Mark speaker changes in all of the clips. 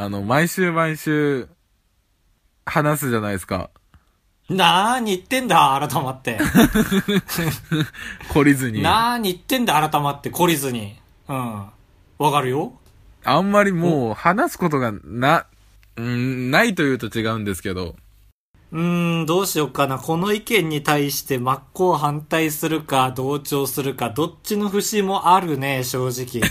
Speaker 1: あの、毎週毎週、話すじゃないですか。
Speaker 2: なーに言ってんだ、改ま って。
Speaker 1: 懲りずに。
Speaker 2: なーに言ってんだ、改まって、懲りずに。うん。わかるよ
Speaker 1: あんまりもう、話すことがな、うん、ないというと違うんですけど。
Speaker 2: うーん、どうしようかな。この意見に対して真っ向反対するか、同調するか、どっちの節もあるね、正直。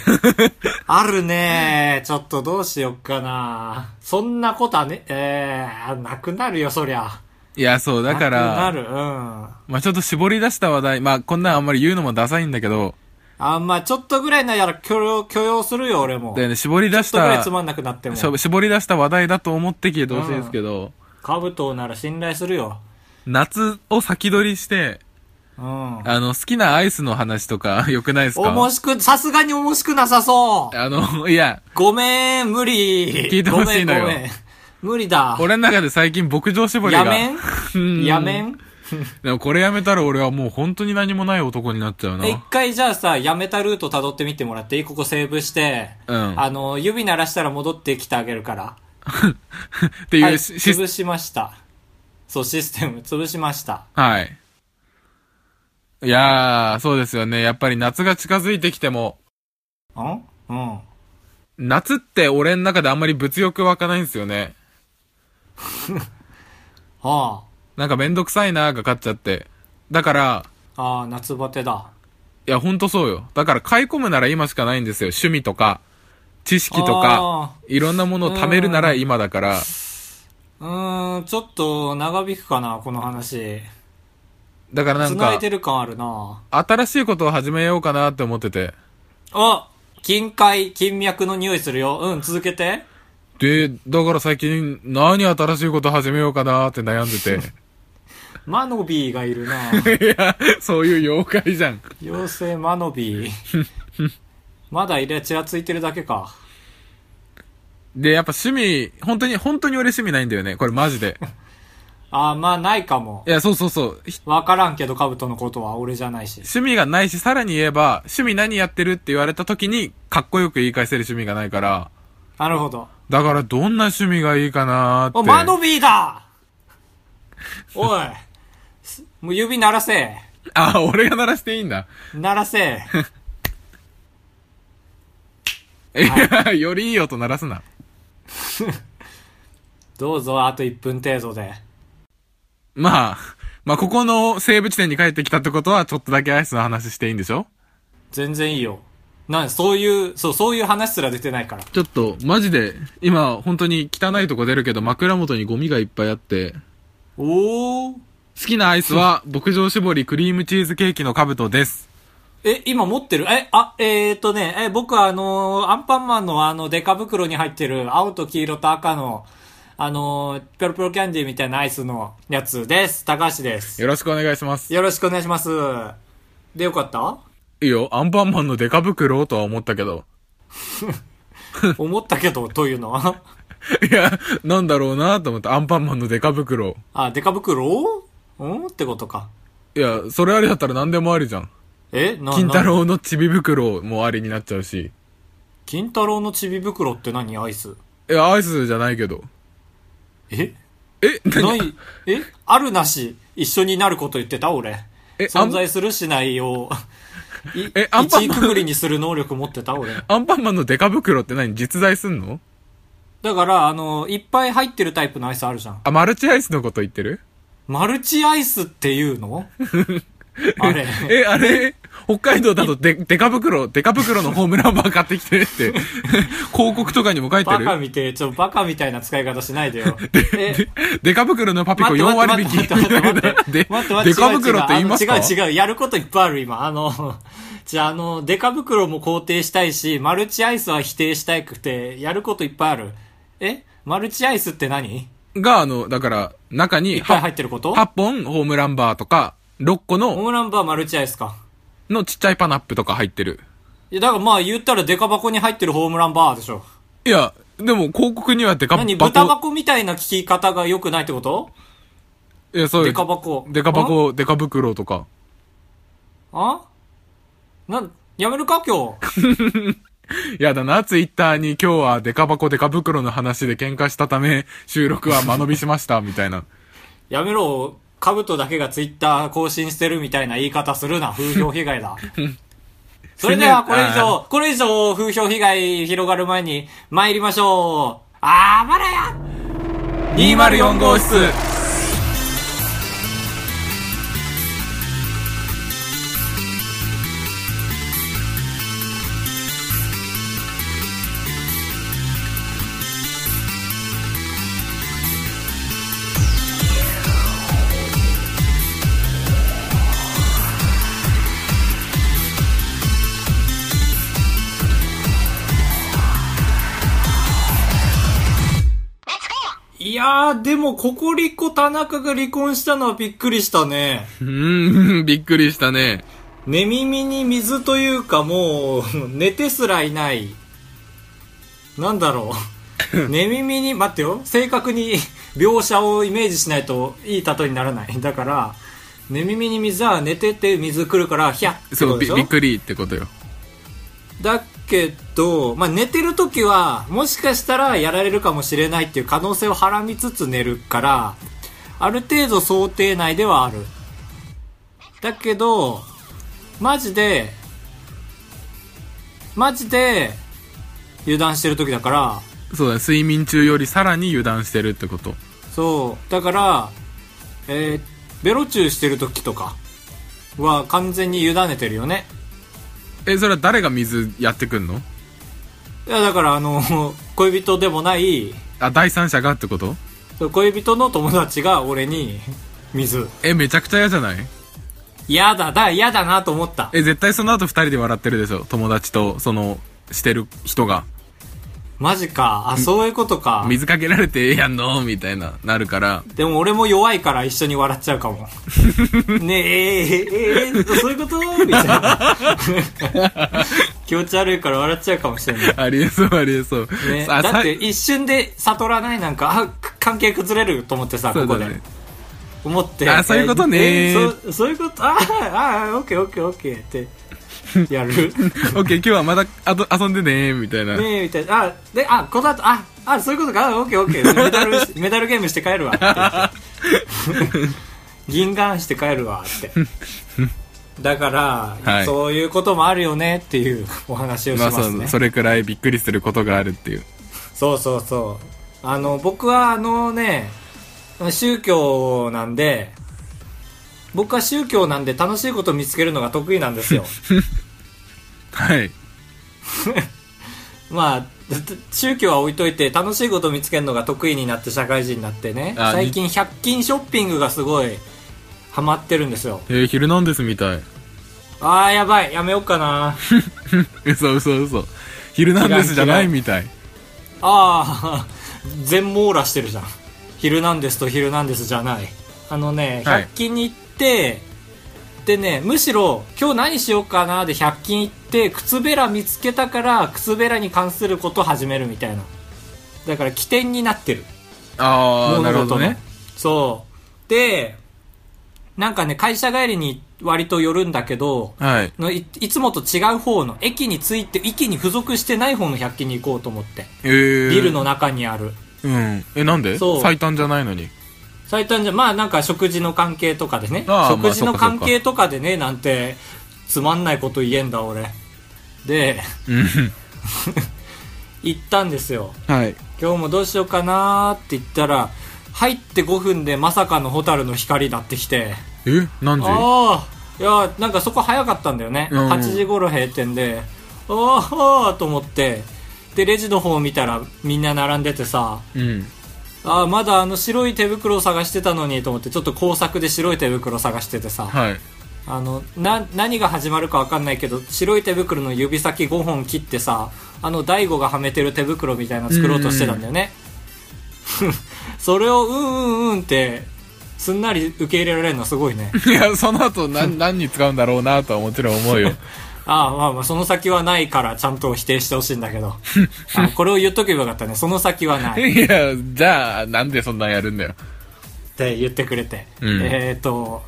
Speaker 2: あるね。ちょっとどうしようかな。そんなことはね、えー、なくなるよ、そりゃ。
Speaker 1: いや、そう、だか
Speaker 2: な
Speaker 1: ら、
Speaker 2: くなる、うん。
Speaker 1: まあちょっと絞り出した話題、まあこんなんあんまり言うのもダサいんだけど、
Speaker 2: あんまあ、ちょっとぐらいなら許容、許容するよ、俺も。
Speaker 1: でね、絞り出
Speaker 2: ちょ
Speaker 1: し
Speaker 2: っとぐらい
Speaker 1: た
Speaker 2: つ、まんなくなっても。
Speaker 1: しょ絞り出した話題だと思って聞いてほしいんですけど、
Speaker 2: カブトなら信頼するよ。
Speaker 1: 夏を先取りして、
Speaker 2: うん。
Speaker 1: あの、好きなアイスの話とか、よくないです
Speaker 2: お
Speaker 1: か
Speaker 2: もしく、さすがにおもしくなさそう。
Speaker 1: あの、いや、
Speaker 2: ごめん、無理。
Speaker 1: 聞いてほしいのよ
Speaker 2: ごめんごめん無理だ。
Speaker 1: 俺の中で最近牧場絞りが。
Speaker 2: やめ
Speaker 1: うん
Speaker 2: んやめん
Speaker 1: でもこれやめたら俺はもう本当に何もない男になっちゃうな
Speaker 2: え。一回じゃあさ、やめたルート辿ってみてもらっていいここセーブして、
Speaker 1: うん。
Speaker 2: あの、指鳴らしたら戻ってきてあげるから。
Speaker 1: って
Speaker 2: はいい、
Speaker 1: うシス、
Speaker 2: 潰しました。そう、システム、潰しました。
Speaker 1: はい。いやー、そうですよね。やっぱり夏が近づいてきても、
Speaker 2: んうん。
Speaker 1: 夏って俺の中であんまり物欲湧かないんですよね。
Speaker 2: あ
Speaker 1: なんかめんどくさいなーが勝っちゃって。だから、
Speaker 2: あ、ああ、夏バテだ。
Speaker 1: いやほんとそうよ。だから買い込むなら今しかないんですよ。趣味とか、知識とか、
Speaker 2: あ
Speaker 1: いろんなものを貯めるなら今だから。
Speaker 2: あ。うーん、ちょっと長引くかな、この話。
Speaker 1: だからなん
Speaker 2: 繋
Speaker 1: か
Speaker 2: い、でる感あるな。
Speaker 1: 新しいことを始めようかなって思ってて。
Speaker 2: あ金塊、金脈の匂いするよ。うん、続けて。
Speaker 1: で、だから最近何新しいこと始めようかなって悩んで
Speaker 2: マノビーがいるな。
Speaker 1: て。 いや、そういう妖怪じゃん。
Speaker 2: 妖精マノビー。 まだ入れちらついてるだけか。
Speaker 1: で、やっぱ趣味、本当に、本当に俺趣味ないんだよね。これマジで。
Speaker 2: あーまあないかも
Speaker 1: い。や、そうそうそう。ひ
Speaker 2: わからんけど、カブトのことは俺じゃないし。
Speaker 1: 趣味がないし、さらに言えば、趣味何やってるって言われた時に、かっこよく言い返せる趣味がないから、
Speaker 2: なるほど。
Speaker 1: だからどんな趣味がいいかなーって。
Speaker 2: お、マノビーだおい。すもう指鳴らせ。
Speaker 1: あ、俺が鳴らしていいんだ。
Speaker 2: 鳴ら せ。
Speaker 1: いや、よりいい音鳴らすな。
Speaker 2: どうぞ、あと1分程度で。
Speaker 1: まあ、まあ、ここの西部地点に帰ってきたってことは、ちょっとだけアイスの話していいんでしょ
Speaker 2: 全然いいよ。なん、そういう、そう、そういう話すら出てないから。
Speaker 1: ちょっと、マジで、今、本当に汚いとこ出るけど、枕元にゴミがいっぱいあって、
Speaker 2: おー。
Speaker 1: 好きなアイスは、牧場絞りクリームチーズケーキのカブトです。
Speaker 2: え、今持ってるえ、あ、えー、っとね、え、僕はあのーアンパンマンのあの、デカ袋に入ってる、青と黄色と赤の、あのー、ぴょろぴょろキャンディーみたいなアイスのやつです。高橋です。
Speaker 1: よろしくお願いします。
Speaker 2: よろしくお願いします。で、よかった
Speaker 1: いいよ、アンパンマンのデカ袋とは思ったけど。
Speaker 2: 思ったけど、というのは
Speaker 1: いや、なんだろうなと思って、アンパンマンのデカ袋。
Speaker 2: あ、デカ袋んってことか。
Speaker 1: いや、それありだったら何でもありじゃん。
Speaker 2: えな、
Speaker 1: 金太
Speaker 2: な。
Speaker 1: 郎のちび袋もありになっちゃうし。
Speaker 2: 金太郎のちび袋って何アイス
Speaker 1: いや、アイスじゃないけど。
Speaker 2: え
Speaker 1: え、
Speaker 2: な
Speaker 1: 何
Speaker 2: い、えあるなし、一緒になること言ってた俺。
Speaker 1: えあん
Speaker 2: 存在するしないを、い
Speaker 1: えアンパンマン
Speaker 2: 一位くぐりにする能力持ってた俺。
Speaker 1: アンパンマンのデカ袋って何実在すんの
Speaker 2: だから、あの、いっぱい入ってるタイプのアイスあるじゃん。
Speaker 1: あ、マルチアイスのこと言ってる
Speaker 2: マルチアイスってい うのあれ。
Speaker 1: え、あれ北海道だとデデカ袋、デカ袋のホームランバー買ってきてって、 広告とかにも書いて
Speaker 2: バ
Speaker 1: る
Speaker 2: カ。みてえ、ちょ、バカみたいな使い方しないでよ。え、
Speaker 1: デカ袋のパピコ
Speaker 2: 待って
Speaker 1: 4割
Speaker 2: 待
Speaker 1: 引き。
Speaker 2: って待って待って待っ て
Speaker 1: で
Speaker 2: 待って待って
Speaker 1: デカ袋って言いますか
Speaker 2: 違う違うあの違う違うやることいっぱいある今あの じゃああのデカ袋も肯定したいしマルチアイスは否定したくてやることいっぱいあるえマルチアイスって何
Speaker 1: が、あの、だから、中
Speaker 2: い
Speaker 1: に
Speaker 2: っぱい
Speaker 1: は
Speaker 2: 入ってること
Speaker 1: 8本ホームランバーとか、6個
Speaker 2: ホ
Speaker 1: の、
Speaker 2: ームランバーマルチアイスか
Speaker 1: のちっちゃいパナップとか入ってる。
Speaker 2: いやだからまあ言ったらデカ箱に入ってるホームランバーでしょ
Speaker 1: いや、でも広告にはデカ
Speaker 2: 何豚
Speaker 1: 箱。
Speaker 2: 箱みたいな聞き方が良くないってこと
Speaker 1: いや、そう
Speaker 2: デ
Speaker 1: よ
Speaker 2: カ箱
Speaker 1: デカ箱、デカ袋とか。
Speaker 2: ああなんやめるか今日
Speaker 1: やだな、ツイッターに今日はデカ箱デカ袋の話で喧嘩したため、収録は間延びしました、みたいな。
Speaker 2: やめろ、カブトだけがツイッター更新してるみたいな言い方するな、風評被害だ。 それで は、これ以上、これ以上風評被害広がる前に参りましょう。あばらや
Speaker 1: 204号室
Speaker 2: いやー、でも、ココリコ田中が離婚したのはびっくりしたね。
Speaker 1: うーん、 びっくりしたね。
Speaker 2: 寝耳に水というかもう 寝てすらいないなんだろ う寝耳に待ってよ正確に描写をイメージしないといい例えにならないだから寝耳に水は寝てて水来るからヒャッってこ
Speaker 1: そ
Speaker 2: と
Speaker 1: う、び
Speaker 2: でしょ
Speaker 1: びっくりってことよ。
Speaker 2: だけど、まあ、寝てる時はもしかしたらやられるかもしれないっていう可能性をはらみつつ寝るからある程度想定内ではあるだけどマジでマジで油断してる時だから
Speaker 1: そうだ、睡眠中よりさらに油断してるってこと。
Speaker 2: そうだからえーベロチューしてる時とかは完全に委ねてるよね
Speaker 1: え、それは誰が水やってくんの
Speaker 2: いやだからあの恋人でもない
Speaker 1: あ、第三者がってこと
Speaker 2: そう恋人の友達が俺に水
Speaker 1: え、めちゃくちゃ嫌じゃない
Speaker 2: 嫌だだ嫌だなと思った
Speaker 1: え、絶対その後二人で笑ってるでしょ。友達と、その、してる人が。
Speaker 2: マジかあそういうことか
Speaker 1: 水かけられてええやんのみたいな、なるから。
Speaker 2: でも俺も弱いから一緒に笑っちゃうかもねえええええそういうことみたいな気持ち悪いから笑っちゃうかもしれない
Speaker 1: ありえそう、ありえそう。
Speaker 2: ね、
Speaker 1: あ
Speaker 2: だっ
Speaker 1: さ
Speaker 2: て一瞬で悟らないなんかあ関係崩れると思ってさ
Speaker 1: そ
Speaker 2: こ
Speaker 1: う
Speaker 2: こ
Speaker 1: だ
Speaker 2: で、
Speaker 1: ね。
Speaker 2: 思って
Speaker 1: あそういうことね
Speaker 2: ええそそういうことあああオッケーオッケーオッケーってやる
Speaker 1: オッケー、今日はまだあと遊んでねみたいな。
Speaker 2: ねえみたいなあであこの後ああそういうことかあオッケーオッケーメダル しメダルゲームして帰る わって言って銀眼して帰るわってだから、
Speaker 1: はい
Speaker 2: そういうこともあるよねっていう お話をし
Speaker 1: ま
Speaker 2: ま
Speaker 1: あ
Speaker 2: すね、
Speaker 1: そう、それくらいびっくりすることがあるっていう。
Speaker 2: そうそうそう。あの、僕はあのね、宗教なんで、僕は宗教なんで楽しいことを見つけるのが得意なんですよ。
Speaker 1: はい。
Speaker 2: まあ、宗教は置いといて楽しいことを見つけるのが得意になって社会人になってね、
Speaker 1: あ
Speaker 2: 最近100均ショッピングがすごいハマってるんですよ。
Speaker 1: えー、ヒルナンデスみたい。
Speaker 2: あーやばい、やめようかな。
Speaker 1: 嘘嘘嘘。ヒルナンデスじゃないみたい。
Speaker 2: ああ、全網羅してるじゃん。ヒルナンデスとヒルナンデスじゃない。あのね、
Speaker 1: はい
Speaker 2: 100均に行って、でね、むしろ、今日何しようかなで100均行って、靴べら見つけたから、靴べらに関することを始めるみたいな。だから、起点になってる。
Speaker 1: ああ、なるほ
Speaker 2: 物事
Speaker 1: ど
Speaker 2: の
Speaker 1: ね。。
Speaker 2: そう。で、なんかね、会社帰りに割と寄るんだけど、
Speaker 1: はい。
Speaker 2: のいいつもと違う方の、駅について、駅に付属してない方の100均に行こうと思って。
Speaker 1: えー、
Speaker 2: ビル。の中にある。
Speaker 1: うん。え、なんで
Speaker 2: そう
Speaker 1: 最短じゃないのに。
Speaker 2: 最短じゃ、まあなんか食事の関係とかでね。
Speaker 1: ああま
Speaker 2: 食
Speaker 1: あ
Speaker 2: 事の関係とかでね、なんて、つまんないこと言えんだ俺。で、
Speaker 1: うん。
Speaker 2: 行ったんですよ。
Speaker 1: はい。
Speaker 2: 今日もどうしようかなーって言ったら、入って5分でまさかのホタルの光だってきて、
Speaker 1: え何時
Speaker 2: ああ、いや、なんかそこ早かったんだよね。
Speaker 1: うん
Speaker 2: 8時頃閉店で、ああ、と思って、で、レジの方を見たらみんな並んでてさ、
Speaker 1: うん。
Speaker 2: ああ、まだあの白い手袋を探してたのにと思って、ちょっと工作で白い手袋を探しててさ、
Speaker 1: はい。
Speaker 2: あのな何が始まるか分かんないけど白い手袋の指先5本切ってさあの大悟がはめてる手袋みたいなの作ろうとしてたんだよね それをうんうんうんってすんなり受け入れられるのはすごいね
Speaker 1: いや、その後 何、何に使うんだろうなとはもちろん思うよ。
Speaker 2: ああまあまあその先はないからちゃんと否定してほしいん だけどああこれを言っとけばよかったねその先はないっ
Speaker 1: いや、じゃあ、なんでそんなんやるんだよ。
Speaker 2: て言ってくれて、
Speaker 1: うん
Speaker 2: えっ、と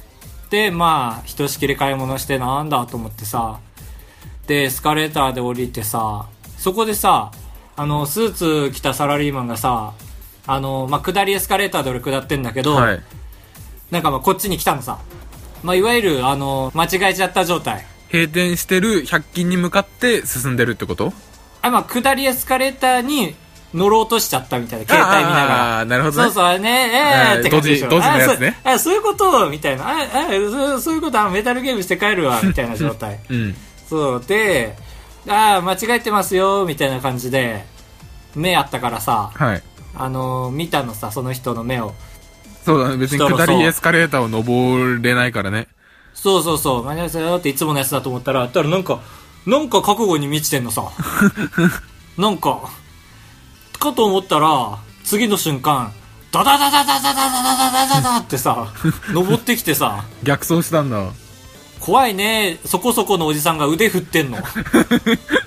Speaker 2: でまあひとしきり買い物してなんだと思ってさでエスカレーターで降りてさそこでさ、あの、スーツ着たサラリーマンがさ、あの、まあ、下りエスカレーターで俺下ってんだけど、
Speaker 1: はい。
Speaker 2: なんかまあ、こっちに来たのさ。まあ、いわゆる、あの、間違えちゃった状態。
Speaker 1: 閉店してる100均に向かって進んでるってこと
Speaker 2: あ、まあ、下りエスカレーターに乗ろうとしちゃったみたいな、携帯見ながら。
Speaker 1: あーなるほど
Speaker 2: そう
Speaker 1: ね。
Speaker 2: そう、あれね、え
Speaker 1: え
Speaker 2: ー、
Speaker 1: ー
Speaker 2: って感じでしょ。
Speaker 1: ドジドジのやつね
Speaker 2: あそうあそういうこと、みたいな。ああそうそういうこと、あメタルゲームして帰るわ、みたいな状態。
Speaker 1: うん。
Speaker 2: そう、で、あー間違えてますよ、みたいな感じで、目あったからさ、
Speaker 1: はい。
Speaker 2: あのー見たのさ、その人の目を。
Speaker 1: そうだね。別に
Speaker 2: そうそう
Speaker 1: 下りエスカレーターを登れないからね。
Speaker 2: そうそうそう、間違えてますよっていつものやつだと思ったら、たらなんか、なんか覚悟に満ちてんのさ。なんか、かと思ったら、次の瞬間、ダダダダダダダダダダダダダってさ、登ってきてさ、
Speaker 1: 逆走したんだ。
Speaker 2: 怖いねそこそこのおじさんが腕振ってんの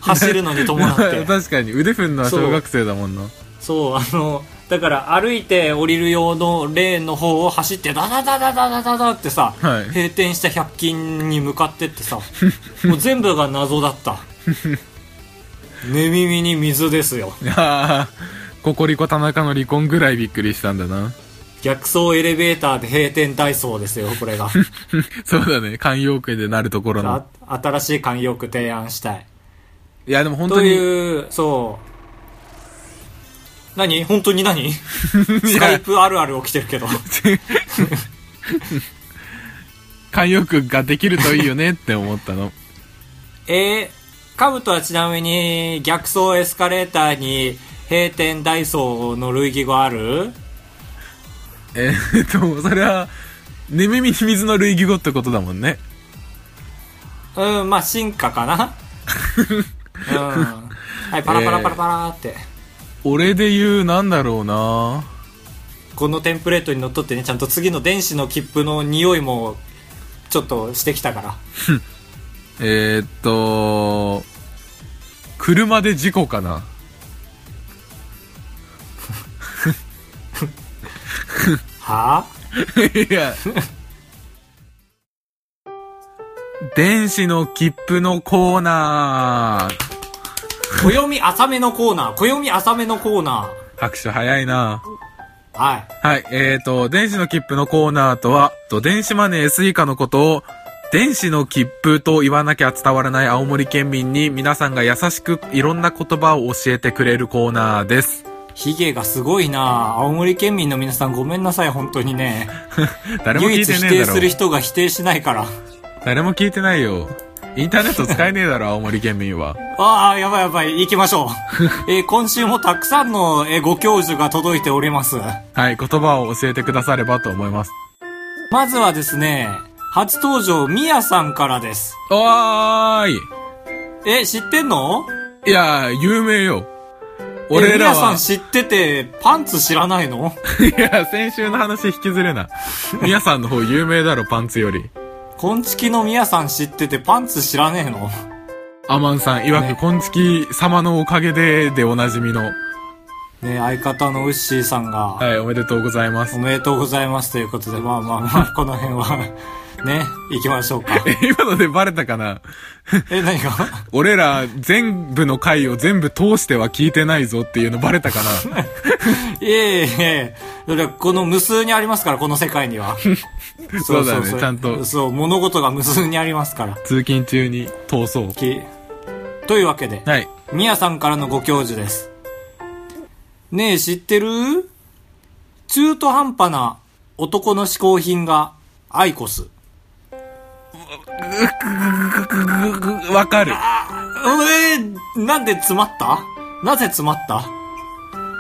Speaker 2: 走るのに伴って
Speaker 1: 確かに。腕振んのは小学生だもんな。
Speaker 2: そうあのだから歩いて降りる用のレーンの方を走ってダダダダダダダダってさ、
Speaker 1: はい
Speaker 2: 閉店した100均に向かってってさもう全部が謎だった 寝耳に水ですよ
Speaker 1: いやーココリコ田中の離婚ぐらいびっくりしたんだな。
Speaker 2: 逆走エレベーターで閉店ダイソーですよこ れが
Speaker 1: そうだね。慣用句でなるところの
Speaker 2: あ。新しい慣用句提案したい
Speaker 1: いや、でも本
Speaker 2: と
Speaker 1: 当に。
Speaker 2: いうそう何本当 に何ス
Speaker 1: や
Speaker 2: カイプあるある起きてるけ ど
Speaker 1: 慣用句ができるといいよねって思ったの。
Speaker 2: えー、カブトはちなみに逆走エスカレーターに閉店ダイソーの類義語ある
Speaker 1: えーっと、それは、寝耳に水の類義語ってことだもんね。
Speaker 2: うんまあ進化 かなうんはいパラパラパラパラって、
Speaker 1: 俺で言う、なんだろうな
Speaker 2: このテンプレートにのっとってねちゃんと次の電子の切符の匂いもちょっとしてきたから
Speaker 1: えーっと、車で事故かな。
Speaker 2: はあ
Speaker 1: いや。電子の切符のコーナー。
Speaker 2: 暦浅めのコーナー暦浅めのコーナ
Speaker 1: 拍手早いな。
Speaker 2: ーはい
Speaker 1: はい、えーと、電子の切符のコーナーとは、と電子マネースイカのことを、電子の切符と言わなきゃ伝わらない青森県民に皆さんが優しくいろんな言葉を教えてくれるコーナーです。
Speaker 2: ヒゲがすごいな青森県民の皆さんごめんなさい、本当にね。
Speaker 1: 誰も
Speaker 2: 唯
Speaker 1: 聞い
Speaker 2: 一
Speaker 1: て
Speaker 2: 否
Speaker 1: ねえ
Speaker 2: 定
Speaker 1: だ
Speaker 2: す
Speaker 1: ろ
Speaker 2: る。人が否定しないから。
Speaker 1: 誰も聞いてないよ。インターネット使えねえだろ、青森県民は。
Speaker 2: ああ、やばいやばい、行きましょ う。えー今週もたくさんの、えーご教授が届いております。
Speaker 1: はい、言葉を教えてくださればと思います。
Speaker 2: まずはですね、初登場、みやさんからです。
Speaker 1: おーい
Speaker 2: え、知ってんの
Speaker 1: いやー、有名よ。俺ら
Speaker 2: みやさ
Speaker 1: は
Speaker 2: ん、知ってて、パンツ知らな いの
Speaker 1: いや、先週の話引きず るな。皆さんの方有名だろ、パンツより。
Speaker 2: こんちきのみやさん知ってて、パンツ知らねえの
Speaker 1: アマンさん、いわ
Speaker 2: ね
Speaker 1: く、こんつき様のおかげで、でおなじみの。
Speaker 2: ね、相方のウッシーさんが、
Speaker 1: はい、おめでとうございま
Speaker 2: お
Speaker 1: す。
Speaker 2: めでとうございますということで、まあまあまあ、こ の辺は、ね、行きましょう か。
Speaker 1: え、 今のでバレたかな
Speaker 2: え、何が
Speaker 1: 俺ら、全部の回を全部通しては聞いてないぞっていうのバレたか な
Speaker 2: いえいえいえ、それはこの無数にありますから、この世界には。
Speaker 1: そうだねちゃんと
Speaker 2: そう、物事が無数にありますから。
Speaker 1: 通勤中に通そう。
Speaker 2: きというわけで、
Speaker 1: はい。
Speaker 2: みやさんからのご教授です。ねえ、知ってる中途半端な男の嗜好品がアイコス。
Speaker 1: ぐぐわかる。
Speaker 2: えー、なんで詰まったなぜ詰まった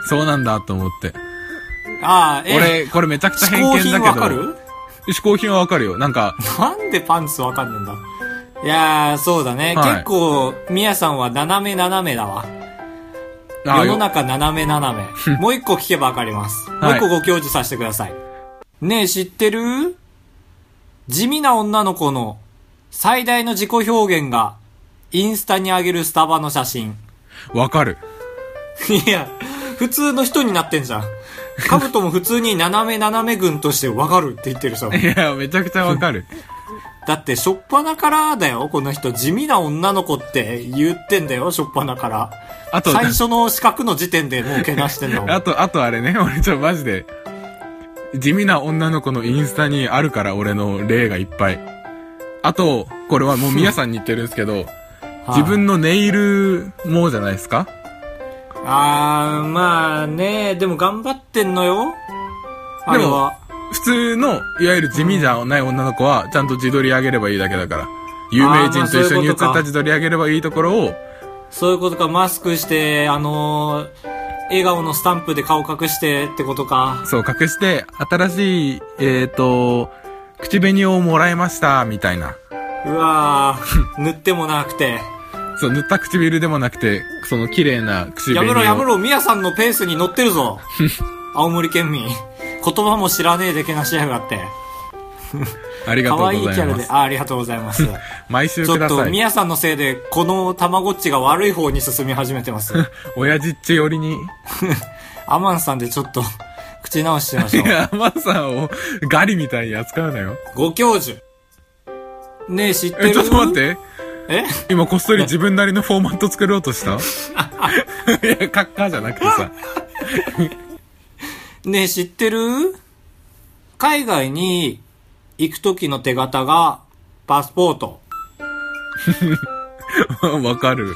Speaker 1: そうなんだと思って。
Speaker 2: ああ、えー、
Speaker 1: 俺、これめちゃくちゃ
Speaker 2: 嗜
Speaker 1: 偏
Speaker 2: 好
Speaker 1: 見
Speaker 2: 品
Speaker 1: だけ
Speaker 2: わ
Speaker 1: ど。
Speaker 2: かる
Speaker 1: 嗜好品はわかるよ。なん か、
Speaker 2: なんでパンツわかんねえんだいやー、そうだね。
Speaker 1: はい
Speaker 2: 結構、みやさんは斜め斜めだわ。
Speaker 1: あ
Speaker 2: 世の
Speaker 1: よ
Speaker 2: 中斜め斜め。もう一個聞けばわか ります。もう一個ご教授させてください。ねえ、知ってる地味な女の子の最大の自己表現が、インスタに上げるスタバの写真。
Speaker 1: わかる。
Speaker 2: いや、普通の人になってんじゃん。カブトも普通に斜め斜め群としてわかるって言ってるさ。
Speaker 1: いや、めちゃくちゃわかる。
Speaker 2: だって、しょっぱなからだよ、この人。地味な女の子って言ってんだよ、しょっぱなから。
Speaker 1: あと、
Speaker 2: 最初の資格の時点でもうけなしてんだもん。
Speaker 1: あと、あとあれね、俺ちょ、マジで、地味な女の子のインスタにあるから、俺の例がいっぱい。あと、これはもう皆さんに言ってるんですけど、
Speaker 2: はい
Speaker 1: 自分のネイルもじゃないですか
Speaker 2: あー、まあね、でも頑張ってんのよ。あれは。
Speaker 1: 普通の、いわゆる地味じゃない女の子は、ちゃんと自撮り上げればいいだけだから。有名人と一緒に写った自撮り上げればいいところを、
Speaker 2: そういうことか、マスクして、あのー笑顔のスタンプで顔隠してってことか。
Speaker 1: そう、隠して、新しい、えっ、と、口紅をもらいました、みたいな。
Speaker 2: うわ ー、塗ってもなくて。
Speaker 1: そう、塗った唇でもなくて、その綺麗な口紅
Speaker 2: や
Speaker 1: を。
Speaker 2: めろやめろ、みやさんのペースに乗ってる ぞ。青森県民。言葉も知らねえでけなしやがって。
Speaker 1: ありがとう
Speaker 2: 可
Speaker 1: ござ
Speaker 2: 愛い
Speaker 1: い
Speaker 2: キ
Speaker 1: ます。
Speaker 2: ャラで、あありがとうございます。
Speaker 1: 毎週
Speaker 2: ちょ
Speaker 1: く
Speaker 2: っ
Speaker 1: だ
Speaker 2: と、
Speaker 1: さ
Speaker 2: み
Speaker 1: い。
Speaker 2: やさんのせいで、このたまごっちが悪い方に進み始め てます。
Speaker 1: 親父っち寄りに。
Speaker 2: アマンさんでちょっと、口直ししま
Speaker 1: い
Speaker 2: しょう。
Speaker 1: や、マさんをガリみたいに扱うなよ。
Speaker 2: ご教授。ねえ、知ってる
Speaker 1: え、ちょっと待っ。て。
Speaker 2: え
Speaker 1: 今こっそり自分なりのフォーマット作ろうとした いや、カッカーじゃなくてさ。
Speaker 2: ねえ、知ってる海外に行く時の手形がパスポート。
Speaker 1: わかる。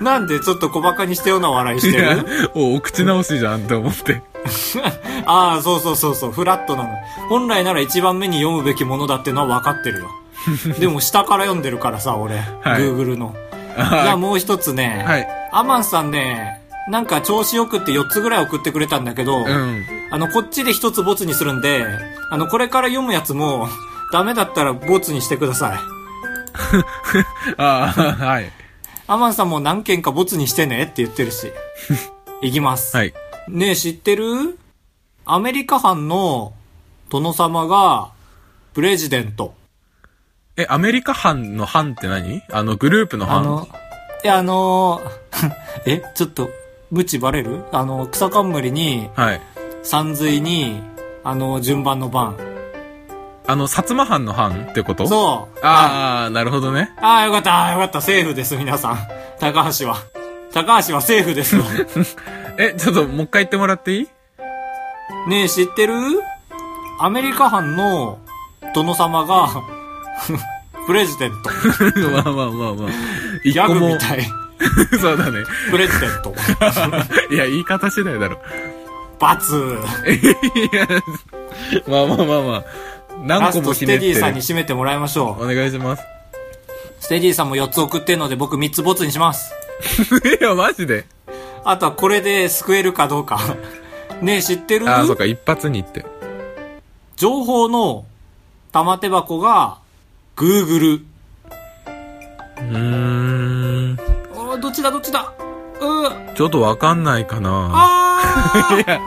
Speaker 2: なんでちょっと小馬鹿にしたような笑いし
Speaker 1: い
Speaker 2: て
Speaker 1: や
Speaker 2: る、
Speaker 1: お、お口直しじゃんって思って。
Speaker 2: ああ、そうそうそうそう、フラットなの。本来なら一番目に読むべきものだってのは分かって るよ。でも下から読んでるからさ、俺。
Speaker 1: い
Speaker 2: Google の。じゃあ
Speaker 1: は
Speaker 2: もう一つね。
Speaker 1: い。はい。
Speaker 2: アマンさんね、なんか調子よくって4つぐらい送ってくれたんだけど、
Speaker 1: うん。
Speaker 2: あの、こっちで一つボツにするんで、あの、これから読むやつも、ダメだったらボツにしてください。
Speaker 1: ああ、はい。
Speaker 2: アマンさんも何件かボツにしてねって言ってる し。いきます。
Speaker 1: はい。
Speaker 2: ねえ、知ってるアメリカ藩の殿様が、プレジデント。
Speaker 1: え、アメリカ班の班って何あの、グループの
Speaker 2: あ
Speaker 1: 班
Speaker 2: の、いや、あの ーえ、ちょっと、無知バレるあの、草冠に、
Speaker 1: はい。
Speaker 2: 山水に、あの、順番の番。
Speaker 1: あの、薩摩班の班ってことう。
Speaker 2: そう。
Speaker 1: ああ、なるほどね。
Speaker 2: ああ、よかった、よかった、セーフです、皆さん。高橋は。高橋はセー フですわ。
Speaker 1: え、ちょっと、もう一回言ってもらっていい
Speaker 2: ねえ、知ってるアメリカ藩の殿様が、 プレジデント。
Speaker 1: まあまあまあまあ。
Speaker 2: ギ
Speaker 1: 一
Speaker 2: ャ
Speaker 1: 個
Speaker 2: グ
Speaker 1: も
Speaker 2: み、たい。
Speaker 1: そうだね。
Speaker 2: プレジデント。
Speaker 1: いや、言い方次第だろ。
Speaker 2: バツ
Speaker 1: いや、まあまあまあまあ。
Speaker 2: ラ
Speaker 1: 何個
Speaker 2: ス
Speaker 1: も
Speaker 2: トス
Speaker 1: ひね
Speaker 2: テ
Speaker 1: っ
Speaker 2: ディ
Speaker 1: てる
Speaker 2: さんに。締めてもらいましょ
Speaker 1: お願いします。
Speaker 2: う。ステディさんも4つ送ってんので僕3つボツにします。
Speaker 1: いや、マジで。
Speaker 2: あとはこれで救えるかどうか。 ねえ、知ってる
Speaker 1: ああ、そうか、一発にって。
Speaker 2: 情報の玉手箱が、Google。
Speaker 1: うーん。
Speaker 2: おーどっちだどっちだうー。
Speaker 1: ちょっとわかんないかな。
Speaker 2: あ
Speaker 1: いや、
Speaker 2: ー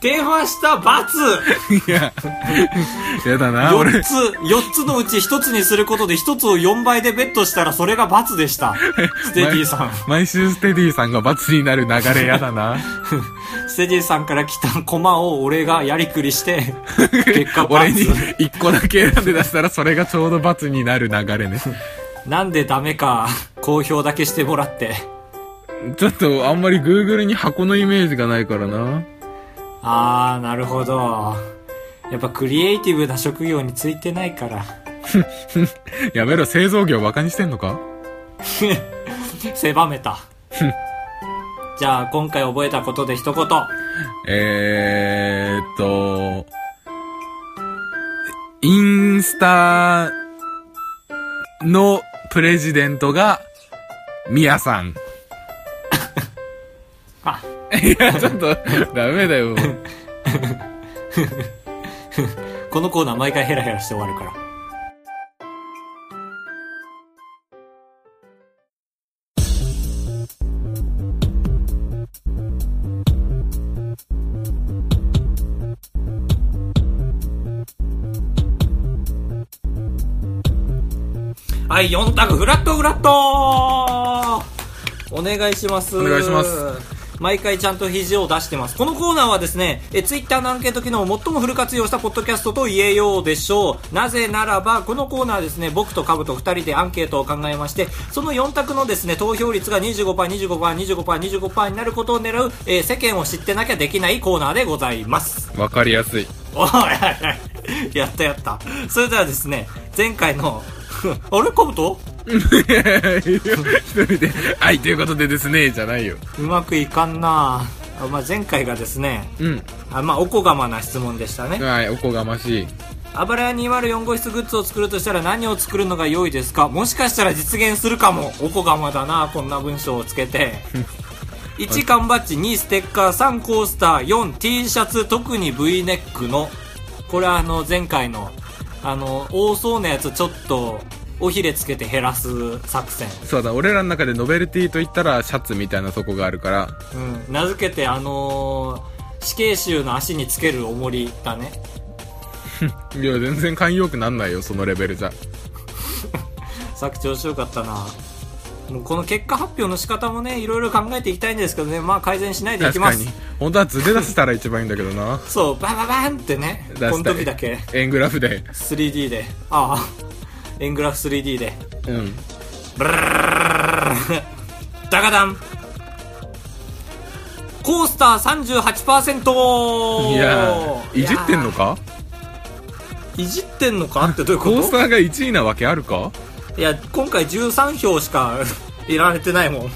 Speaker 2: 電話した罰
Speaker 1: いや、やだな、俺。
Speaker 2: 4
Speaker 1: い
Speaker 2: つ、4つのうち1つにすることで1つを4倍でベットしたらそれが罰 でした。ステディさん。
Speaker 1: 毎週ステディさんが罰になる流れやだ な。
Speaker 2: ステディさんから来たコマを俺がやりく りして、結果
Speaker 1: 俺
Speaker 2: 罰
Speaker 1: に。一個だけ選んで出したらそれがちょうど罰になる流れね。
Speaker 2: なんでダメか、公表だけしてもらって。
Speaker 1: ちょっとあんまり Google に箱のイメージがないからな。
Speaker 2: あー、なるほど。やっぱクリエイティブな職業についてないから。
Speaker 1: やめろ、製造業バカにしてんのか
Speaker 2: 狭 めた。じゃあ今回覚えたことで一言。
Speaker 1: えーっと、インスタのプレジデントが、ミヤさん。
Speaker 2: あ
Speaker 1: いや、ちょっと、ダメだよ。
Speaker 2: このコーナー毎回ヘラヘラして終わるから。はい、4択フラットフラットお願いします。
Speaker 1: お願いします。
Speaker 2: 毎回ちゃんと肘を出してます。このコーナーはですね、え、ツイッターのアンケート機能を最もフル活用したポッドキャストと言えようでしょう。なぜならば、このコーナーはですね、僕とカブと2人でアンケートを考えまして、その4択のですね、投票率が25%、25%、25%、25%になることを狙う、えー世間を知ってなきゃできないコーナーでございます。
Speaker 1: わかりやすい。
Speaker 2: おいおいおいやったやったそれではですね前回の あれカブト
Speaker 1: 一人で、はい、ということでですね、じゃないよ。
Speaker 2: うまくいかんなあ、まあ、前回がですね
Speaker 1: うん。
Speaker 2: あまあおこがまな質問でしたね
Speaker 1: はい、おこがましい。
Speaker 2: あばらや204号室グッズを作るとしたら何を作るのが良いですかもしかしたら実現するかもおこがまだなこんな文章をつけて1缶バッジ2ステッカー3コースター 4T シャツ特に V ネックのこれはあの前回のあの多そうなやつちょっとおひれつけて減らす作戦
Speaker 1: そうだ、俺らの中でノベルティと言ったらシャツみたいなとこがあるから、
Speaker 2: うん名付けてあのー死刑囚の足につける重りだね
Speaker 1: いや、全然寛容くなんないよ、そのレベルじゃ。
Speaker 2: 作調子よかったなもうこの結果発表の仕方もねいろいろ考えていきたいんですけどねまあ改善しないでいき
Speaker 1: 確
Speaker 2: ま
Speaker 1: か
Speaker 2: す
Speaker 1: に。本当は図で出せたら一番いいんだけどな。
Speaker 2: そうバババーンってね
Speaker 1: 出したい
Speaker 2: この時だけ
Speaker 1: 円グラフで。
Speaker 2: 3D でああ円グラフ 3D で
Speaker 1: うん。
Speaker 2: ブルルルルルルルルルダガダンコースター38%
Speaker 1: いやー、いじってんのか
Speaker 2: いじってんのかってどういうこ
Speaker 1: コ
Speaker 2: と
Speaker 1: ースターが1位なわけあるか
Speaker 2: いや今回13票しか いられて ないもん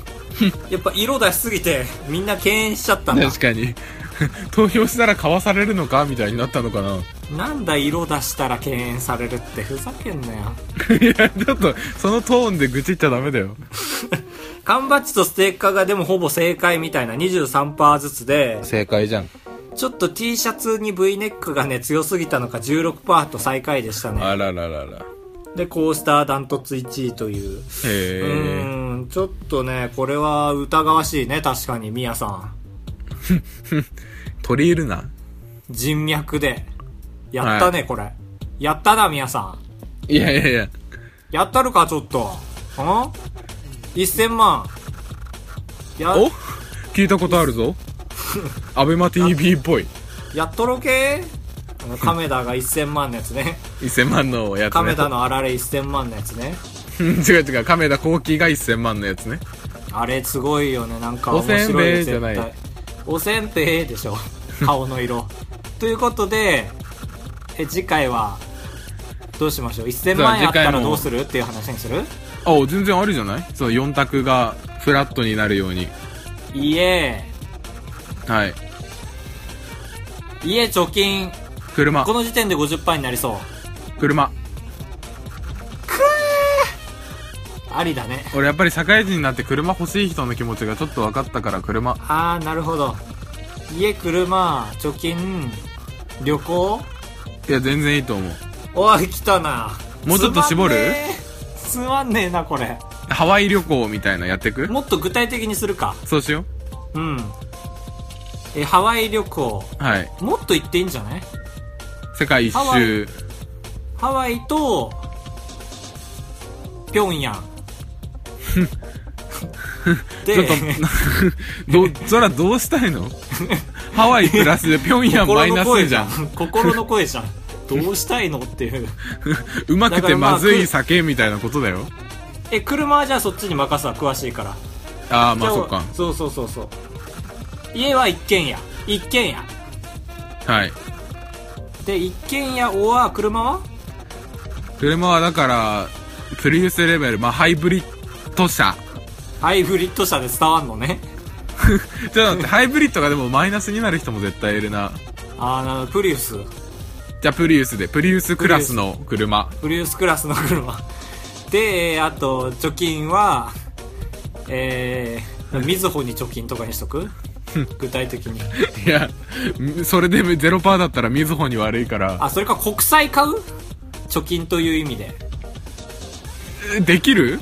Speaker 2: やっぱ色出しすぎてみんな敬遠しちゃったんだ
Speaker 1: 確かに。 投票したら買わされるのかみたいになったのかな
Speaker 2: なんだ色出したら敬遠されるってふざけんなよ
Speaker 1: いや、ちょっと、そのトーンで愚痴っちゃダメだよ。
Speaker 2: 缶バッジとステッカーがでもほぼ正解みたいな23%ずつで
Speaker 1: 正解じゃん。
Speaker 2: ちょっと T シャツに V ネックがね強すぎたのか16%と最下位でしたね
Speaker 1: あらららら。
Speaker 2: でコースターダントツ1位という
Speaker 1: へ
Speaker 2: う
Speaker 1: え。
Speaker 2: ーんちょっとねこれは疑わしいね確かにみやさん
Speaker 1: 鳥いるな。
Speaker 2: 人脈でやったね、これやったなみやさん
Speaker 1: いやいやいや。
Speaker 2: やったるか、ちょっと。ん ?1000 万。や、
Speaker 1: お聞いたことある ぞ。アベマ TV っぽい。
Speaker 2: やっとろけあの、亀田が1000万のや つね。
Speaker 1: 1000万のやつね。
Speaker 2: 亀田のあられ1000万のやつね。
Speaker 1: うん 違う違う、亀田光輝が1000万のやつね。
Speaker 2: あれすごいよね、なんか
Speaker 1: お
Speaker 2: 面
Speaker 1: せんべい
Speaker 2: 白いね
Speaker 1: じゃ
Speaker 2: 絶
Speaker 1: ない
Speaker 2: 対。おせんべいで しょ。顔の色。ということで、え、次回は、どうしましょう ?1000 万
Speaker 1: じゃ
Speaker 2: や
Speaker 1: あ次
Speaker 2: った
Speaker 1: 回も
Speaker 2: らどうするっていう話にする
Speaker 1: あ、全然あるじゃないその4択がフラットになるように。
Speaker 2: 家、
Speaker 1: はい。
Speaker 2: 家貯金。
Speaker 1: 車
Speaker 2: こ。の時点で50%になりそう。
Speaker 1: 車。
Speaker 2: ありだね。
Speaker 1: 俺やっぱり社会人になって車欲しい人の気持ちがちょっと分かったから車。
Speaker 2: あーなるほど家車貯金旅行
Speaker 1: いや、全然いいと思う。
Speaker 2: おい来たな
Speaker 1: もうちょっと絞る
Speaker 2: つまんねえつまんねえなこれ
Speaker 1: ハワイ旅行みたいなやってく
Speaker 2: もっと具体的にするか
Speaker 1: そうしよ
Speaker 2: うんえハワイ旅行
Speaker 1: う。はい。
Speaker 2: もっと行っていいんじゃない
Speaker 1: 世界一
Speaker 2: ハワイ
Speaker 1: 周。
Speaker 2: ハワイとピョン ヤンで
Speaker 1: ちょっと、 ど、そらどうしたいのハワイプラス でピョンヤンマ
Speaker 2: 心
Speaker 1: イ
Speaker 2: の
Speaker 1: ナス
Speaker 2: 声じ
Speaker 1: じ
Speaker 2: ゃ
Speaker 1: ゃ
Speaker 2: ん
Speaker 1: ん。
Speaker 2: 心の声じゃんどうしたいのっていう
Speaker 1: うまくてまずい酒みたいなことだよ。
Speaker 2: え車はじゃあそっちに任すわ詳しいから
Speaker 1: ああ、まあ
Speaker 2: じゃ
Speaker 1: そっか。
Speaker 2: そうそうそうそう家は一軒家一軒家
Speaker 1: はい。
Speaker 2: で一軒家おわ車は
Speaker 1: 車はだから、プリウスレベル、まあハイブリッド車。
Speaker 2: ハイブリッド車で伝わんのね
Speaker 1: ちょっと待 って、ハイブリッドがでもマイナスになる人も絶対いるな。
Speaker 2: ああなるほどプリウス
Speaker 1: じゃあプリウスで、プリウスクラスの車。
Speaker 2: プリウスクラスの車でえーあと貯金はえー、みずほに貯金とかにしと く具体的に
Speaker 1: いや、それでゼロパーだったらみずほに悪いから、
Speaker 2: あそれか国債買う貯金という意味で
Speaker 1: できる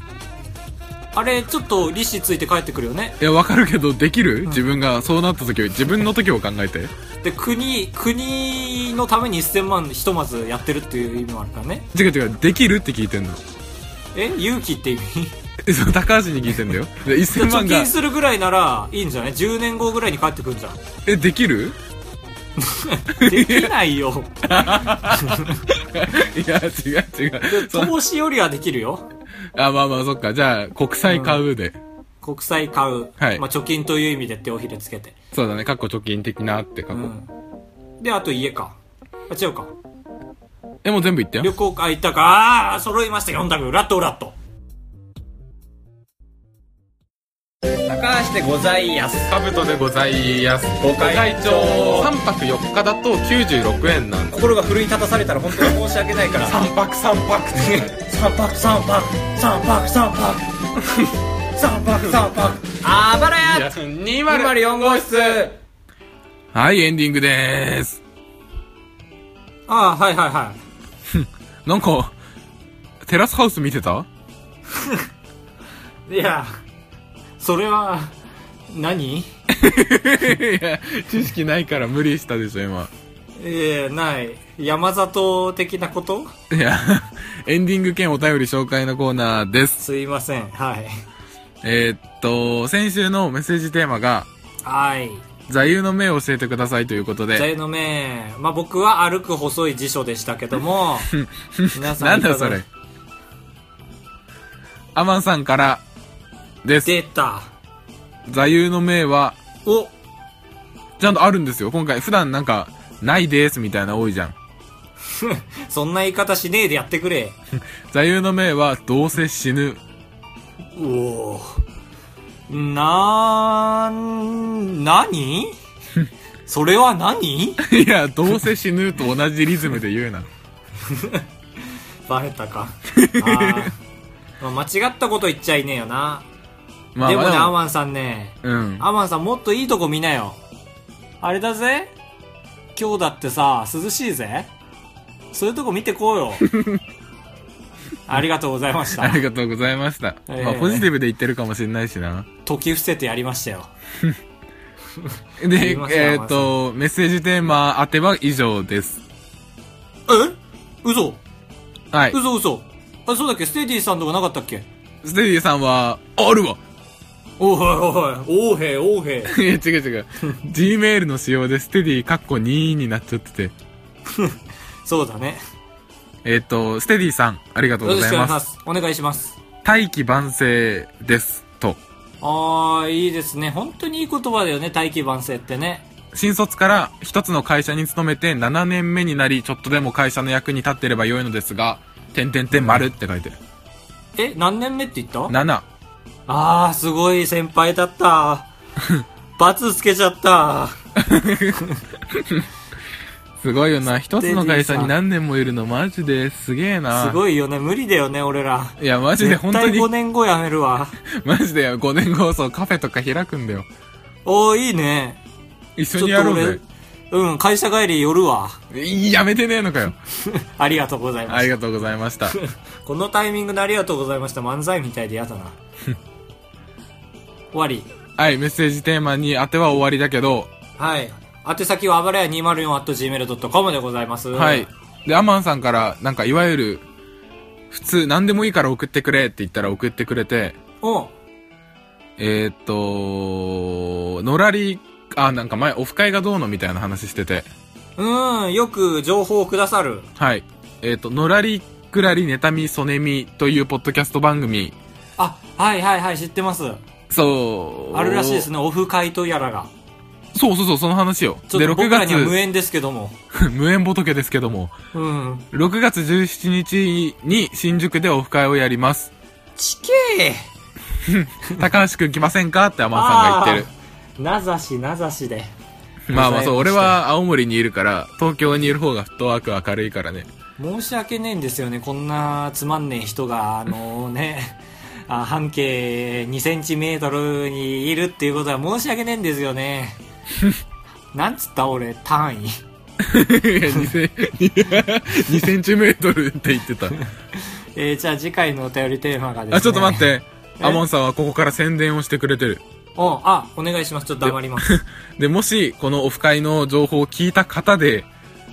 Speaker 2: あれちょっと利子ついて帰ってくるよね
Speaker 1: いや、わかるけど、できる自分がそうなった時、自分の時を考えて。
Speaker 2: で国国のために1000万ひとまずやってるっていう意味もあるからね
Speaker 1: 違う違う、できるって聞いてんの。
Speaker 2: え勇気って意味
Speaker 1: えそう高橋に聞いてんだよ。で1000万
Speaker 2: 貯
Speaker 1: が
Speaker 2: 金、するぐらいならいいんじゃない10年後ぐらいに帰ってくんじゃん
Speaker 1: え、できる
Speaker 2: できないよ
Speaker 1: いや、違う違う。 そ
Speaker 2: 投資よりはできるよ
Speaker 1: あ、まあまあ、そっか。じゃあ、国債買うで。
Speaker 2: 国債買う、
Speaker 1: はい
Speaker 2: まあ、貯金という意味で手をひれつけて、
Speaker 1: そうだね。かっこ貯金的なって、かっ
Speaker 2: う
Speaker 1: こ。
Speaker 2: ん、であと家かあ違うか
Speaker 1: え、もう全部言ったよ
Speaker 2: 旅。行か行ったかああ揃いました4択ラットラット
Speaker 3: 高橋でございやす
Speaker 1: カブトでございます。
Speaker 3: ご会長
Speaker 1: 3泊4日だと96円なんだ。
Speaker 3: 心が奮い立たされたら本当に申し訳ないから
Speaker 1: 3泊3泊って。
Speaker 3: 三泊三泊三泊三泊三泊三泊あばらや
Speaker 1: 204
Speaker 3: !204 号室
Speaker 1: はい、エンディングでーす。
Speaker 2: ああはいはいは
Speaker 1: なんか、テラスハウス見てた
Speaker 2: いいやそれは何
Speaker 1: いや、知識ないから無理したでしょ、今。
Speaker 2: えー、ない山里的なこと
Speaker 1: いや、エンディング兼お便り紹介のコーナーです。
Speaker 2: すいませんはい
Speaker 1: えーっと、先週のメッセージテーマが、
Speaker 2: はい
Speaker 1: 座右の銘を教えてくださいということ
Speaker 2: 座
Speaker 1: で。
Speaker 2: 右の銘、まあ、僕は歩く細い辞書でしたけども皆さ ん
Speaker 1: なん
Speaker 2: いか
Speaker 1: だ
Speaker 2: が
Speaker 1: それ。アマンさんからです。
Speaker 2: 出た
Speaker 1: 座右の銘は、
Speaker 2: お
Speaker 1: ちゃんとあるんですよ。今回、普段なんか、ないですみたいな多いじゃん。
Speaker 2: そんな言い方しねえでやってくれ
Speaker 1: 座右の銘は、どうせ死ぬ。
Speaker 2: うおーなーん 何それは何
Speaker 1: いや、どうせ死ぬと同じリズムで言う な。
Speaker 2: バレた かあー、まあ、間違ったこと言っちゃいねえよな、
Speaker 1: ま
Speaker 2: でもね
Speaker 1: ま
Speaker 2: アマンさんね
Speaker 1: うん。
Speaker 2: アマンさんもっといいとこ見なよあれだぜ今日だってさ涼しいぜそういうとこ見てこう よありがとうございまし
Speaker 1: あ
Speaker 2: た
Speaker 1: りがとうございました。
Speaker 2: ええ
Speaker 1: まあ、ポジティブで言ってるかもしれないしな。
Speaker 2: 解き伏せてやりましたよ
Speaker 1: で、
Speaker 2: い
Speaker 1: えっ
Speaker 2: ません、
Speaker 1: ーと、メッセージテーマ当ては以上です。
Speaker 2: え嘘
Speaker 1: はい。
Speaker 2: 嘘嘘あそうだっけステディさんとかなかったっけ
Speaker 1: ステディさんは、あるわ
Speaker 2: おいおいおい王兵王兵
Speaker 1: いや、違う違う。Gmail の仕様でステディカッコ2になっちゃってて。
Speaker 2: そうだね
Speaker 1: えっ、ー、と、ステディさん、ありがと
Speaker 2: よ
Speaker 1: う
Speaker 2: ろ
Speaker 1: ご
Speaker 2: しく
Speaker 1: ざ
Speaker 2: お
Speaker 1: い
Speaker 2: 願い
Speaker 1: ま
Speaker 2: し
Speaker 1: す。
Speaker 2: ますお願いします
Speaker 1: 大器晩成です。と。
Speaker 2: ああいいですね本当にいい言葉だよね大器晩成ってね
Speaker 1: 新卒から一つの会社に勤めて7年目になり、ちょっとでも会社の役に立ってれば良いのですが、点点点丸って書いてる。
Speaker 2: え何年目って言った
Speaker 1: 7。
Speaker 2: ああすごい先輩だった 罰つけちゃった
Speaker 1: すごいよな。一つの会社
Speaker 2: ステディさ
Speaker 1: に
Speaker 2: ん
Speaker 1: 何年もいるのマジですげえな。
Speaker 2: すごいよね無理だよね俺ら
Speaker 1: いや、マジで
Speaker 2: 絶
Speaker 1: 本当
Speaker 2: 対
Speaker 1: に、
Speaker 2: 5年後やめるわ
Speaker 1: マジで5年後そうカフェとか開くんだよ。
Speaker 2: おおいいね
Speaker 1: 一
Speaker 2: ち
Speaker 1: 緒にやろう
Speaker 2: うん会社帰り寄るわ
Speaker 1: ぜ。いやめてねえのかよ。
Speaker 2: ありがとうございま
Speaker 1: あり
Speaker 2: す
Speaker 1: がとうございました。
Speaker 2: このタイミングでありがとうございました漫才みたいでや だな終わり
Speaker 1: はい、メッセージテーマに当ては終わりだけど、
Speaker 2: はい宛先はあばらや 204.gmail.com でございます
Speaker 1: はい。で、アマンさんから、なんかいわゆる、普通何でもいいから送ってくれって言ったら送ってくれて、
Speaker 2: お
Speaker 1: えー、っと、のらり、あ、なんか前オフ会がどうのみたいな話してて、
Speaker 2: うんよく情報をくださる
Speaker 1: はい。えー、っと、のらりくらりねたみそねみというポッドキャスト番組、
Speaker 2: あはいはいはい知ってます
Speaker 1: そう。
Speaker 2: あるらしいですねオフ会とやらが
Speaker 1: そうそうそう、その話よ。
Speaker 2: ちょっ
Speaker 1: で、
Speaker 2: と
Speaker 1: 6
Speaker 2: 僕ら
Speaker 1: 月
Speaker 2: には、無縁ですけども
Speaker 1: 無縁仏ですけども、
Speaker 2: うん
Speaker 1: 6月17日に新宿でオフ会をやります。
Speaker 2: ちけえ
Speaker 1: 高橋くん来ませんかってアマンさんが言って
Speaker 2: るなざしなざしで
Speaker 1: る。まあまあそう、
Speaker 2: ござ
Speaker 1: 俺
Speaker 2: いました
Speaker 1: は青森にいるから、東京にいる方がフットワーク明るいから ね。
Speaker 2: 申し訳ねえんですよねこんなつまんねえ人があのねあ半径2センチメートルにいるっていうことは申し訳ねえんですよ ねなんつった俺単位
Speaker 1: 2セン2センチメートルって言ってた。
Speaker 2: えーじゃあ次回のお便りテーマがですね
Speaker 1: あ、ちょっと待って。
Speaker 2: え
Speaker 1: アマンさんはここから宣伝をしてくれてる。
Speaker 2: おあ お願いしますちょっと黙ります
Speaker 1: で、もし、このオフ会の情報を聞いた方で、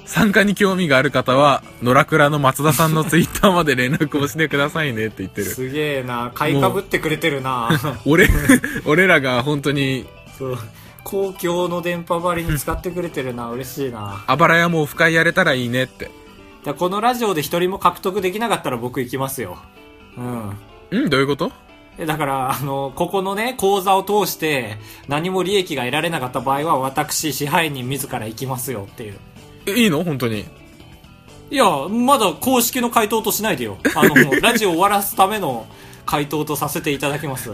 Speaker 1: 参加に興味がある方は、野良倉の松田さんのツイッターまで連絡をしてくださいねって言ってる。
Speaker 2: すげえな買いかぶってくれてるな
Speaker 1: 俺、 俺らが本当に、
Speaker 2: そう公共の電波ばりに使ってくれてるな嬉しいな
Speaker 1: あばらやもオフ会やれたらいいねって。
Speaker 2: だこのラジオで一人も獲得できなかったら僕行きますようん
Speaker 1: んどういうこと
Speaker 2: えだから、あの、ここのね、講座を通して、何も利益が得られなかった場合は、私、支配人自ら行きますよっていう。
Speaker 1: えいいの本当に。
Speaker 2: いや、まだ公式の回答としないでよ。あ の、ラジオ終わらすための回答とさせていただきます。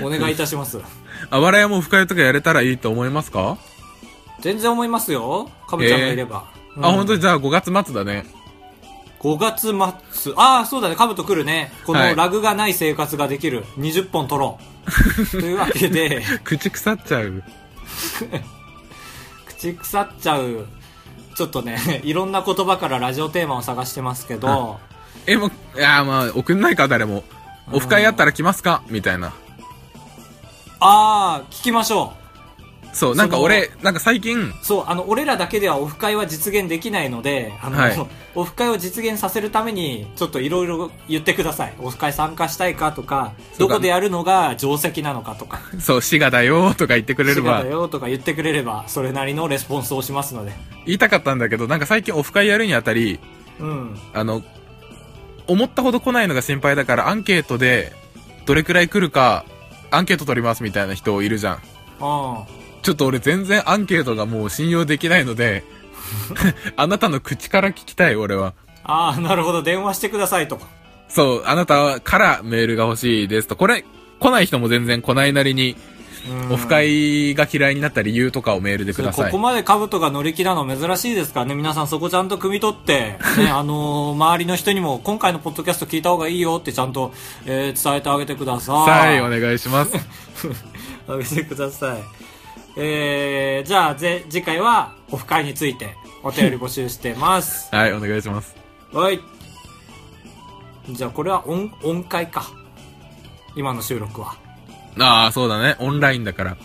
Speaker 2: お願いいたします。
Speaker 1: あばらやもオフ会とかやれたらいいと思いますか、
Speaker 2: 全然思いますよ。かぶちゃんがいれば。うん
Speaker 1: あ、本当にじゃあ5月末だね。
Speaker 2: 5月末。ああ、そうだね。カブと来るね。こ
Speaker 1: は
Speaker 2: の
Speaker 1: い
Speaker 2: ラグがない生活ができる。20本取ろ う。というわけで、
Speaker 1: 口腐っちゃう。
Speaker 2: 口腐っちゃうちょっとねいろんな言葉からラジオテーマを探してますけど
Speaker 1: え、もう、いや、まあ、送んないか、誰も。オフ会やったら来ますかみたいな。
Speaker 2: ああ聞きましょ
Speaker 1: そう、なんか俺、なんか最近、
Speaker 2: うそうあの俺らだけではオフ会は実現できないのであの、
Speaker 1: はい
Speaker 2: オフ会を実現させるためにちょっといろいろ言ってくださいオフ会参加したいかとか
Speaker 1: そう
Speaker 2: ど
Speaker 1: だね
Speaker 2: こでやるのが定石なのかとか
Speaker 1: そう、滋賀だよとか言ってくれれ
Speaker 2: 滋賀
Speaker 1: ば
Speaker 2: だ、よとか言ってくれればそれなりのレスポンスをしますので
Speaker 1: 言いたかったんだけど、なんか最近オフ会やるにあたり、
Speaker 2: うん
Speaker 1: あの、思ったほど来ないのが心配だから、アンケートで、どれくらい来るか、アンケート取りますみたいな人いるじゃん。
Speaker 2: あ
Speaker 1: ちょっと俺全然アンケートがもう信用できないので、 あなたの口から聞きたい、俺は。
Speaker 2: あーなるほど電話してくださいと
Speaker 1: そう、あなたからメールが欲しいですと。これ、来ない人も全然来ないなりに、
Speaker 2: うん
Speaker 1: オフ会が嫌いになった理由とかをメールでください。
Speaker 2: ここまで兜が乗り気なの珍しいですからね皆さんそこちゃんと汲み取って、 ねあのー周りの人にも今回のポッドキャスト聞いた方がいいよってちゃんと、えー伝えてあげてくださ
Speaker 1: さ
Speaker 2: い
Speaker 1: い、お願いします。
Speaker 2: あげてくださいえー、じゃあぜ次回はオフ会についてお便り募集してま す
Speaker 1: はい、お願いします。
Speaker 2: はいじゃあこれは音音階か今の収録は
Speaker 1: ああ、そうだね。オンラインだから。